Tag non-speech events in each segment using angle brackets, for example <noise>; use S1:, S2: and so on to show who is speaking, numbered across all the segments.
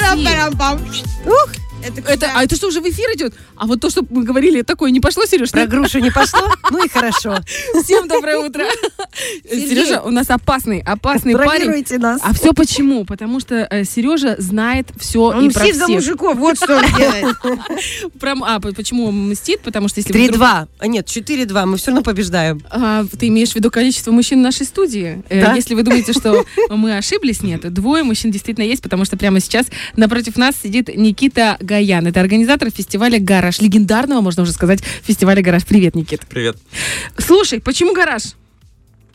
S1: Парам-парам-пам. Ух, это,
S2: Это, а это что уже в эфир идет? А вот то, что мы говорили, такое не пошло, Сереж?
S3: Про грушу не пошло? Ну и хорошо.
S2: Всем доброе <laughs> утро. Сережа, у нас опасный, опасный парень.
S3: Травируйте нас.
S2: А все почему? Потому что э, Сережа знает все
S1: он
S2: и про
S1: мстит за
S2: всех.
S1: мужиков, вот
S3: <laughs>
S1: что он делает.
S2: Про, а по- почему он мстит? Потому что если вдруг-
S3: 3-2. А, Нет, 4-2. Мы все равно побеждаем.
S2: А, ты имеешь в виду количество мужчин в нашей студии? Э,
S3: Да.
S2: Если вы думаете, что мы ошиблись, нет, двое мужчин действительно есть, потому что прямо сейчас напротив нас сидит Никита Гаян. Это организатор фестиваля «Гараж», легендарного, можно уже сказать, фестиваля «Гараж». Привет, Никит.
S4: Привет.
S2: Слушай, почему «Гараж»?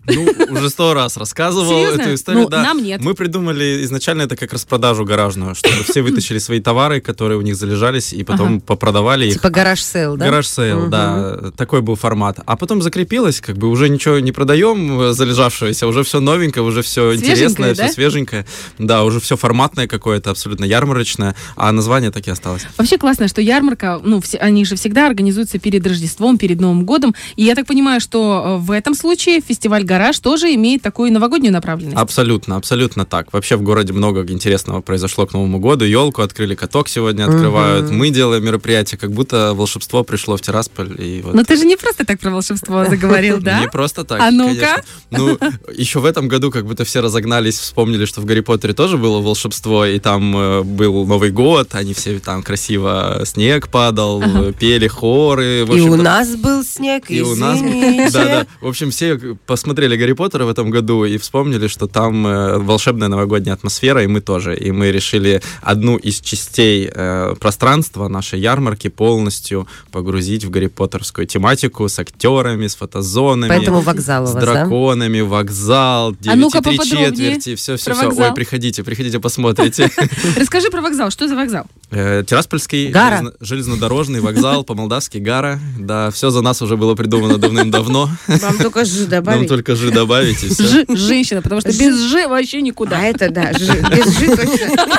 S4: Ну, уже сто раз рассказывал
S2: Серьезно?
S4: эту историю.
S2: Ну,
S4: да.
S2: нам нет.
S4: Мы придумали изначально это как распродажу гаражную, чтобы все вытащили свои товары, которые у них залежались, и потом попродавали их.
S3: Типа гараж сейл, да?
S4: Гараж сейл,
S3: Мгм.
S4: да, такой был формат. А потом закрепилось, как бы уже ничего не продаем э, залежавшегося, уже все новенькое, уже все
S2: Свеженькое,
S4: интересное,
S2: да?
S4: все свеженькое. Да, уже все форматное какое-то, абсолютно ярмарочное, а название так и осталось.
S2: Вообще классно, что ярмарка, ну, все, они же всегда организуются перед Рождеством, перед Новым годом. И я так понимаю, что э, в этом случае фестиваль «Гараж» тоже имеет такую новогоднюю направленность.
S4: Абсолютно, абсолютно так. Вообще в городе много интересного произошло к Новому году. Елку открыли, каток сегодня открывают. Мы делаем мероприятие, как будто волшебство пришло в Тирасполь. И вот.
S2: Но ты же не просто так про волшебство заговорил, Ну да?
S4: Не просто так.
S2: А ну-ка.
S4: конечно. Ну, еще в этом году как будто все разогнались, вспомнили, что в Гарри Поттере тоже было волшебство, и там э, был Новый год, они все там красиво снег падал, э, пели хоры. в
S3: И у
S4: общем-то,
S3: нас был снег,
S4: и у нас... <laughs>
S3: извините.
S4: Да-да. В общем, все посмотрели Гарри Поттера в этом году и вспомнили, что там э, волшебная новогодняя атмосфера, и мы тоже. И мы решили одну из частей э, пространства нашей ярмарки полностью погрузить в Гарри Поттерскую тематику с актерами, с фотозонами.
S3: Поэтому вокзал у
S4: С
S3: вас, да?
S4: драконами, вокзал,
S2: А ну-ка
S4: 9 три
S2: поподробнее
S4: четверти, все-все-все.
S2: про вокзал.
S4: Ой, приходите, приходите,
S3: <laughs>
S4: посмотрите.
S2: Расскажи про вокзал. Что за вокзал?
S4: Э, Тираспольский
S3: Гара.
S4: железно- железнодорожный вокзал, по-молдавски Гара. Да, все за нас уже было придумано давным-давно.
S1: Вам только жи
S4: Нам
S1: добавить.
S4: только жи добавить и все.
S2: Ж, женщина, потому что
S1: Ж-
S2: без Ж вообще никуда.
S1: А это да, жи. без жи точно.
S2: <laughs>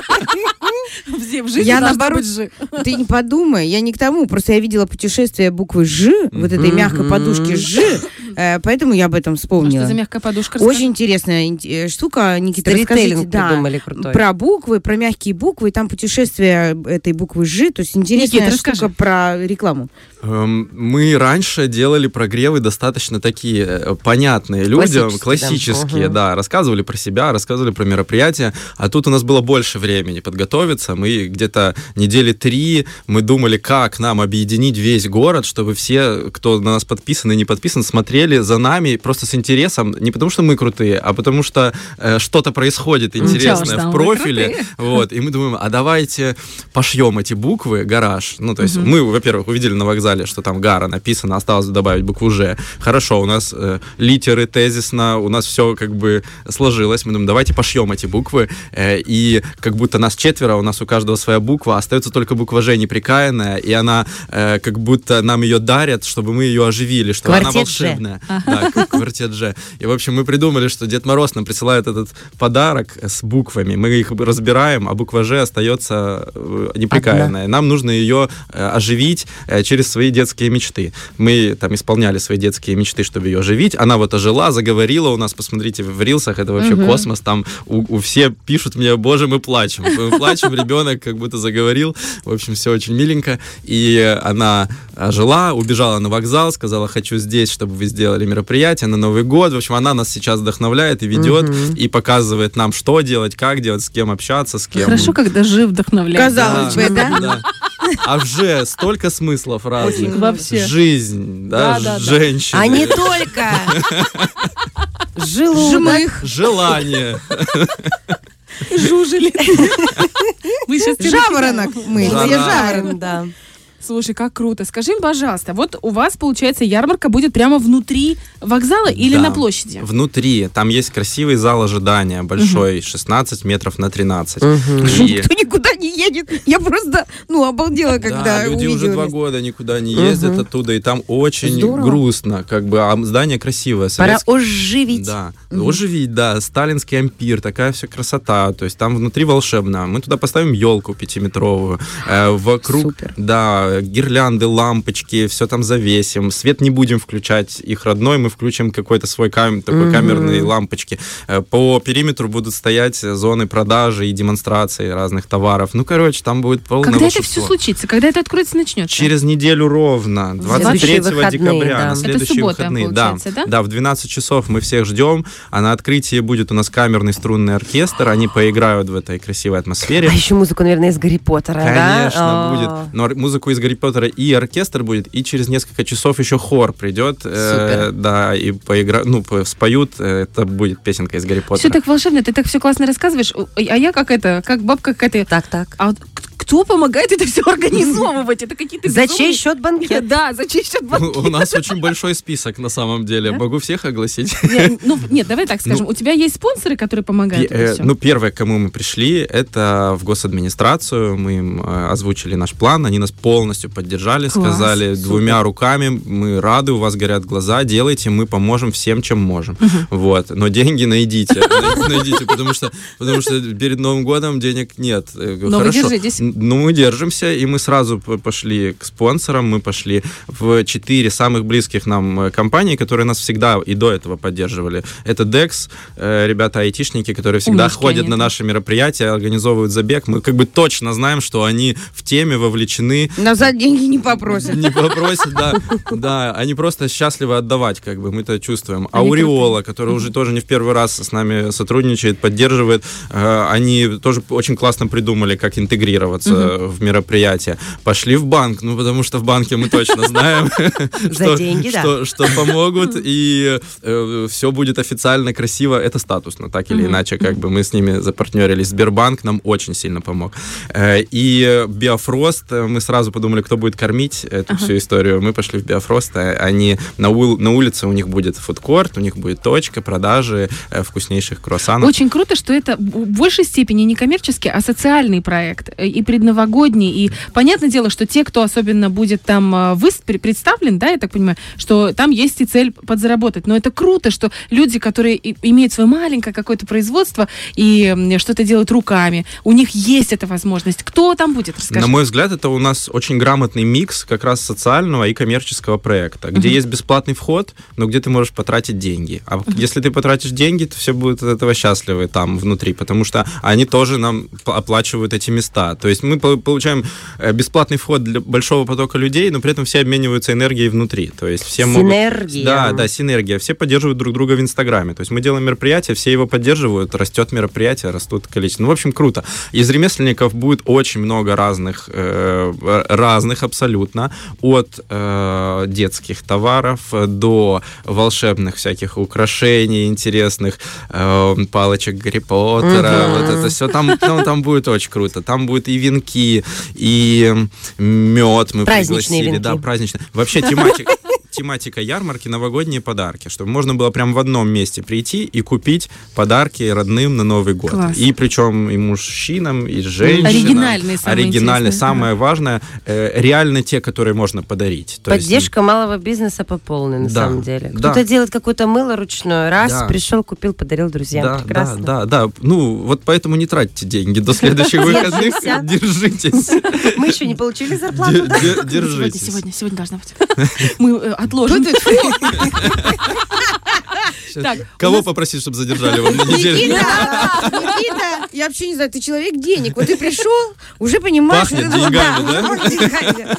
S2: В зе- в жизни
S1: Я
S2: должно
S1: наоборот-
S2: быть Ж.
S1: Ты не подумай, я не к тому, просто я видела путешествие буквы Ж, вот этой мягкой
S3: Мгм.
S1: подушки Ж, э, поэтому я об этом
S2: А что за
S1: вспомнила.
S2: мягкая подушка? Расскажи.
S1: Очень интересная ин- э, штука, Никита, расскажите,
S3: Сторителлинг
S1: да,
S3: придумали крутой.
S1: про буквы, про мягкие буквы, и там путешествие этой буквы Ж, то есть интересная
S2: Никита,
S1: штука
S2: расскажи.
S1: про рекламу.
S4: Эм, Мы раньше делали прогревы достаточно такие э, понятные людям,
S3: Классические, да.
S4: классические,
S3: Мгм.
S4: да. Рассказывали про себя, рассказывали про мероприятия. А тут у нас было больше времени подготовиться. Мы где-то недели три мы думали, как нам объединить весь город, чтобы все, кто на нас подписан и не подписан, смотрели за нами просто с интересом. Не потому что мы крутые, а потому что э, что-то происходит
S2: Ну, чё уж
S4: интересное
S2: там,
S4: в
S2: вы
S4: профиле.
S2: крутые.
S4: Вот, и мы думаем, а давайте пошьем эти буквы гараж. Ну, то есть мы, во-первых, увидели на вокзале, что там гара написано, осталось добавить букву Ж. Хорошо, у нас э, литеры тезисно, у нас все как бы сложилось. Мы думаем, давайте пошьем эти буквы. Э, и как будто нас четверо, у нас у каждого своя буква, остается только буква Ж неприкаянная, и она э, как будто нам ее дарят, чтобы мы ее оживили, что она
S3: Квартет «Ж».
S4: волшебная. Да, к- квартет Ж. И, в общем, мы придумали, что Дед Мороз нам присылает этот подарок с буквами. Мы их разбираем, а буква Ж остается э, неприкаянная. Нам нужно ее э, оживить э, через свои детские мечты. Мы там исполняли свои детские мечты, чтобы ее оживить. Она вот ожила, заговорила у нас, посмотрите, в рилсах, это вообще космос. Там у, у все пишут мне, боже, мы плачем. Мы плачем, ребенок как будто заговорил. В общем, все очень миленько. И она жила, убежала на вокзал, сказала, хочу здесь, чтобы вы сделали мероприятие на Новый год. В общем, она нас сейчас вдохновляет и ведет, и показывает нам, что делать, как делать, с кем общаться, с кем.
S2: Хорошо, когда Ж вдохновляет.
S1: Казалось. бы, да?
S4: А в «Ж» столько смыслов разных.
S2: Очень вообще.
S4: Жизнь,
S2: Да,
S4: да,
S2: да, да.
S4: женщина.
S3: А не
S4: <laughs>
S3: только. Желудок.
S1: Жмых,
S4: Желание.
S1: <laughs>
S2: Жужели. Мы сейчас тебе
S1: жаворонок, мы
S4: Да,
S1: все
S4: да.
S1: жаворонок.
S3: Да.
S2: Слушай, как круто. Скажи, пожалуйста, вот у вас, получается, ярмарка будет прямо внутри вокзала или
S4: Да.
S2: на площади?
S4: Внутри. Там есть красивый зал ожидания, большой, 16 метров на 13. И-
S1: Никто никуда не едет. Я просто, ну, обалдела, когда
S4: да, люди уже
S1: увидела
S4: два
S1: это.
S4: года никуда не ездят оттуда, и там очень
S3: Здорово.
S4: грустно, как бы, а здание красивое,
S3: Пора
S4: советское.
S3: оживить.
S4: Да, оживить, да, сталинский ампир, такая вся красота, то есть там внутри волшебно. Мы туда поставим елку пятиметровую, э, вокруг,
S1: Супер.
S4: да, э, гирлянды, лампочки, все там завесим, свет не будем включать их родной, мы включим какой-то свой кам- такой
S3: Мгм.
S4: камерный лампочки. Э, По периметру будут стоять зоны продажи и демонстрации разных товаров. Ну, короче, там будет полное
S2: Когда это
S4: волшебство.
S2: все случится? Когда это откроется и начнется?
S4: Через неделю ровно,
S3: Следующие
S4: 23
S3: выходные,
S4: декабря,
S3: да.
S4: на
S3: Это
S4: следующие
S2: суббота,
S4: выходные.
S2: получается, да?
S4: да, в 12 часов мы всех ждем, а на открытии будет у нас камерный струнный оркестр, они поиграют в этой красивой атмосфере.
S3: А еще музыку, наверное, из Гарри Поттера, да?
S4: Конечно,
S3: А.
S4: будет. Но ор- музыку из Гарри Поттера и оркестр будет, и через несколько часов еще хор придет. э,
S3: Супер.
S4: да, и поигра... ну, по- споют. э, Это будет песенка из Гарри
S2: Все
S4: Поттера.
S2: так волшебно, ты так все классно рассказываешь, у- а я как это, как бабка какая-то.
S3: Так, так.
S2: А вот к- кто помогает это все организовывать? Это какие-то
S3: За чей
S2: безумные-
S3: счет банкет?
S2: Да, за чей
S4: <laughs>
S2: счет
S4: У
S2: банкет?
S4: у нас очень большой список, на самом деле.
S2: Да?
S4: Могу всех огласить.
S2: Не, Ну, нет, давай так скажем. У тебя есть спонсоры, которые помогают?
S4: Пе-
S2: это
S4: э,
S2: всё?
S4: Ну, первое, к кому мы пришли, это в госадминистрацию. Мы им э, озвучили наш план, они нас полностью поддержали,
S2: Класс,
S4: сказали двумя руками, мы рады, у вас горят глаза, делайте, мы поможем всем, чем можем. Вот, но деньги найдите, <laughs> най- найдите, потому что, потому что перед Новым годом денег нет. Э,
S2: Но вы
S4: хорошо.
S2: держитесь.
S4: Н- Ну, мы держимся, и мы сразу п- пошли к спонсорам, мы пошли в четыре самых близких нам э, компании, которые нас всегда и до этого поддерживали. Это DEX, э, ребята-айтишники, которые всегда
S2: Умнички
S4: ходят
S2: они,
S4: на
S2: да.
S4: наши мероприятия, организовывают забег. Мы как бы точно знаем, что они в теме вовлечены,
S1: Назад деньги не попросят.
S4: не попросят, да. Да, они просто счастливы отдавать, как бы, мы это чувствуем. А
S2: Они
S4: Ауреола, которая уже тоже не в первый раз с нами сотрудничает, поддерживает, э, они тоже очень классно придумали, как интегрироваться в мероприятие. Пошли в банк, ну, потому что в банке мы точно знаем,
S3: За
S4: что-
S3: деньги, да.
S4: что что помогут, и все будет официально, красиво. Это статусно, так или
S2: Мгм.
S4: иначе, как бы мы с ними запартнерились. Сбербанк нам очень сильно помог. Э, И Биофрост, э, мы сразу подумали, кто будет кормить эту
S2: Ага.
S4: всю историю. Мы пошли в Биофрост, э, они на, ул- на улице у них будет фудкорт, у них будет точка продажи э, вкуснейших круассанов.
S2: Очень круто, что это в большей степени не коммерческий, а социальный проект. Э, И предновогодний. И понятное дело, что те, кто особенно будет там э, выс- пре- представлен, да, я так понимаю, что там есть и цель подзаработать. Но это круто, что люди, которые и- имеют свое маленькое какое-то производство и м, что-то делают руками, у них есть эта возможность. Кто там будет, расскажи.
S4: На мой взгляд, это у нас очень грамотный микс как раз социального и коммерческого проекта, где
S2: Мгм.
S4: есть бесплатный вход, но где ты можешь потратить деньги. А если ты потратишь деньги, то все будут от этого счастливы там внутри, потому что они тоже нам п- оплачивают эти места. То есть мы по- получаем э, бесплатный вход для большого потока людей, но при этом все обмениваются энергией внутри. То есть все могут...
S3: Синергия.
S4: Да, да, синергия. Все поддерживают друг друга в Инстаграме. То есть мы делаем мероприятие, все его поддерживают, растет мероприятие, растут количество. Ну, в общем, круто. Из ремесленников будет очень много разных, э, разных абсолютно, от э, детских товаров до волшебных всяких украшений интересных, э, палочек Гарри Поттера,
S3: Мгм.
S4: вот это все. Там, там, там будет очень круто. Там будут и венки, и мед мы
S3: Праздничные
S4: пригласили.
S3: венки.
S4: Да, праздничные. Вообще тематика, тематика ярмарки новогодние подарки, чтобы можно было прям в одном месте прийти и купить подарки родным на Новый год.
S2: Класс.
S4: И причем и мужчинам, и женщинам.
S2: Оригинальные самые
S4: Оригинальные.
S2: интересные,
S4: Самое важное, э, реально те, которые можно подарить. То есть,
S3: Поддержка малого бизнеса по полной, на
S4: Да,
S3: самом деле.
S4: да.
S3: Кто-то делает какое-то мыло ручное, раз,
S4: Да.
S3: пришел, купил, подарил друзьям.
S4: Да, да,
S3: Прекрасно.
S4: да, да. Ну, вот поэтому не тратьте деньги до следующих выходных.
S3: Держимся.
S4: Держитесь.
S3: Мы еще не получили зарплату,
S4: Де-
S3: да?
S4: де-
S2: Сегодня,
S4: Держитесь.
S2: Ну, сегодня, сегодня должна быть.
S4: <laughs>
S2: Мы э, отложим. <laughs>
S4: Сейчас.
S2: Так, у
S4: Кого
S2: нас-
S4: попросить, чтобы задержали вам на неделю?
S1: Никита! Никита! Я вообще не знаю, ты человек денег. Вот ты пришел, уже понимаешь...
S4: Пахнет
S1: вот это вот,
S4: деньгами, да?
S1: пахнет деньгами.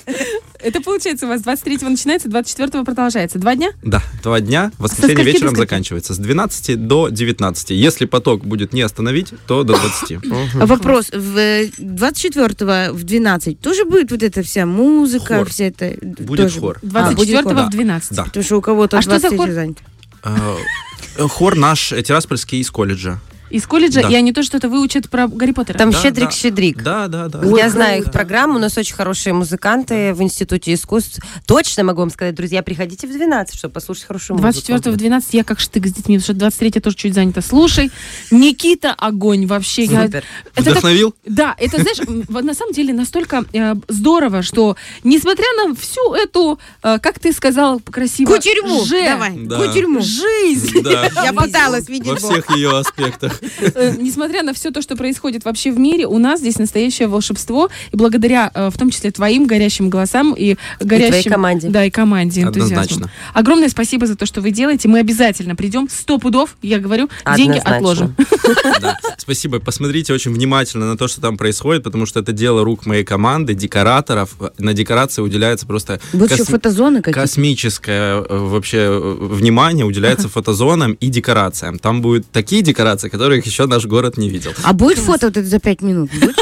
S2: Это получается у вас 23-го начинается, 24-го продолжается. Два дня?
S4: Да, два дня.
S2: скольки
S4: Воскресенье
S2: до
S4: вечером
S2: скольки?
S4: заканчивается. С 12 до 19. Если поток будет не остановить, то до 20.
S1: Вопрос. В э, 24-го в 12 тоже будет вот эта вся музыка,
S4: Хор.
S1: вся эта... э,
S4: Будет
S1: тоже?
S4: хор.
S1: А, будет
S2: 24-го в
S1: хор.
S2: 12.
S4: Да.
S1: Потому что у кого-то
S2: А что за
S1: 23
S2: хор?
S1: занят.
S4: Э, Хор наш э, тираспольский из колледжа.
S2: Из колледжа,
S4: Да.
S2: и они то что-то выучат про Гарри Поттера.
S3: Там
S4: Да, да.
S3: щедрик-щедрик.
S4: Да, да, да.
S3: Я знаю их
S4: Да.
S3: программу, у нас очень хорошие музыканты в Институте искусств. Точно могу вам сказать, друзья, приходите в 12, чтобы послушать хорошую музыку.
S2: 24 в 12 я как штык с детьми, потому что 23 тоже чуть занята. Слушай, Никита, огонь вообще. Я-
S3: Супер.
S2: Это так- <laughs>
S4: Вдохновил?
S2: да, это, знаешь, м, вот на самом деле настолько э, здорово, что несмотря на всю эту, э, как ты сказал красиво,
S1: Кутерьму!
S2: же-
S1: Давай,
S4: Да.
S1: кутерьму.
S2: жизнь,
S4: Да.
S1: Я пыталась
S4: Во
S1: видеть Бога.
S4: всех ее аспектах.
S2: э, несмотря на все то, что происходит вообще в мире, у нас здесь настоящее волшебство. И благодаря, э, в том числе, твоим горящим голосам и горящим...
S3: команде.
S2: Да, и команде энтузиазму.
S4: Однозначно.
S2: Огромное спасибо за то, что вы делаете. Мы обязательно придем. Сто пудов, я говорю, деньги
S3: Однозначно.
S2: отложим.
S4: Да. Спасибо. Посмотрите очень внимательно на то, что там происходит, потому что это дело рук моей команды, декораторов. Э, На декорации уделяется просто
S1: Вот еще
S4: косм-
S1: фотозоны какие-то.
S4: космическое э, вообще э, внимание уделяется фотозонам и декорациям. Там будут такие декорации, которых еще наш город не видел.
S1: А будет фото вот это за пять минут? Будет?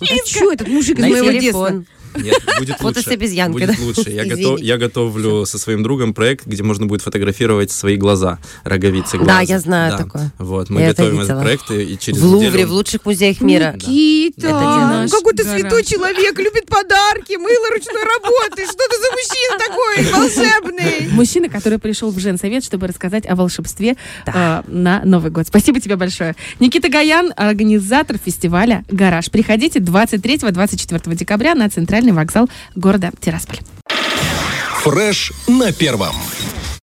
S1: А чё этот мужик из
S3: На
S1: моего детства?
S3: телефон.
S4: Нет, будет
S3: Фото с
S4: лучше.
S3: обезьянкой,
S4: Будет
S3: да?
S4: лучше. Я,
S3: Извини.
S4: готов, я готовлю со своим другом проект, где можно будет фотографировать свои глаза, роговицы глаз.
S3: я знаю такое.
S4: Вот, мы
S3: Я это
S4: готовим этот
S3: видела.
S4: проект, и, и через
S3: В Лувре,
S4: неделю-
S3: в лучших музеях мира.
S1: Никита,
S3: Это не
S1: ну
S2: наш
S1: какой ты
S2: гараж.
S1: святой человек, любит подарки, мыло ручной работы. Что ты за мужчина такой волшебный?
S2: Мужчина, который пришел в женсовет, чтобы рассказать о волшебстве э, на Новый год. Спасибо тебе большое. Никита Гаян, организатор фестиваля «Гараж». Приходите 23-24 декабря на центральный вокзал города Тирасполь.
S5: Фреш на первом.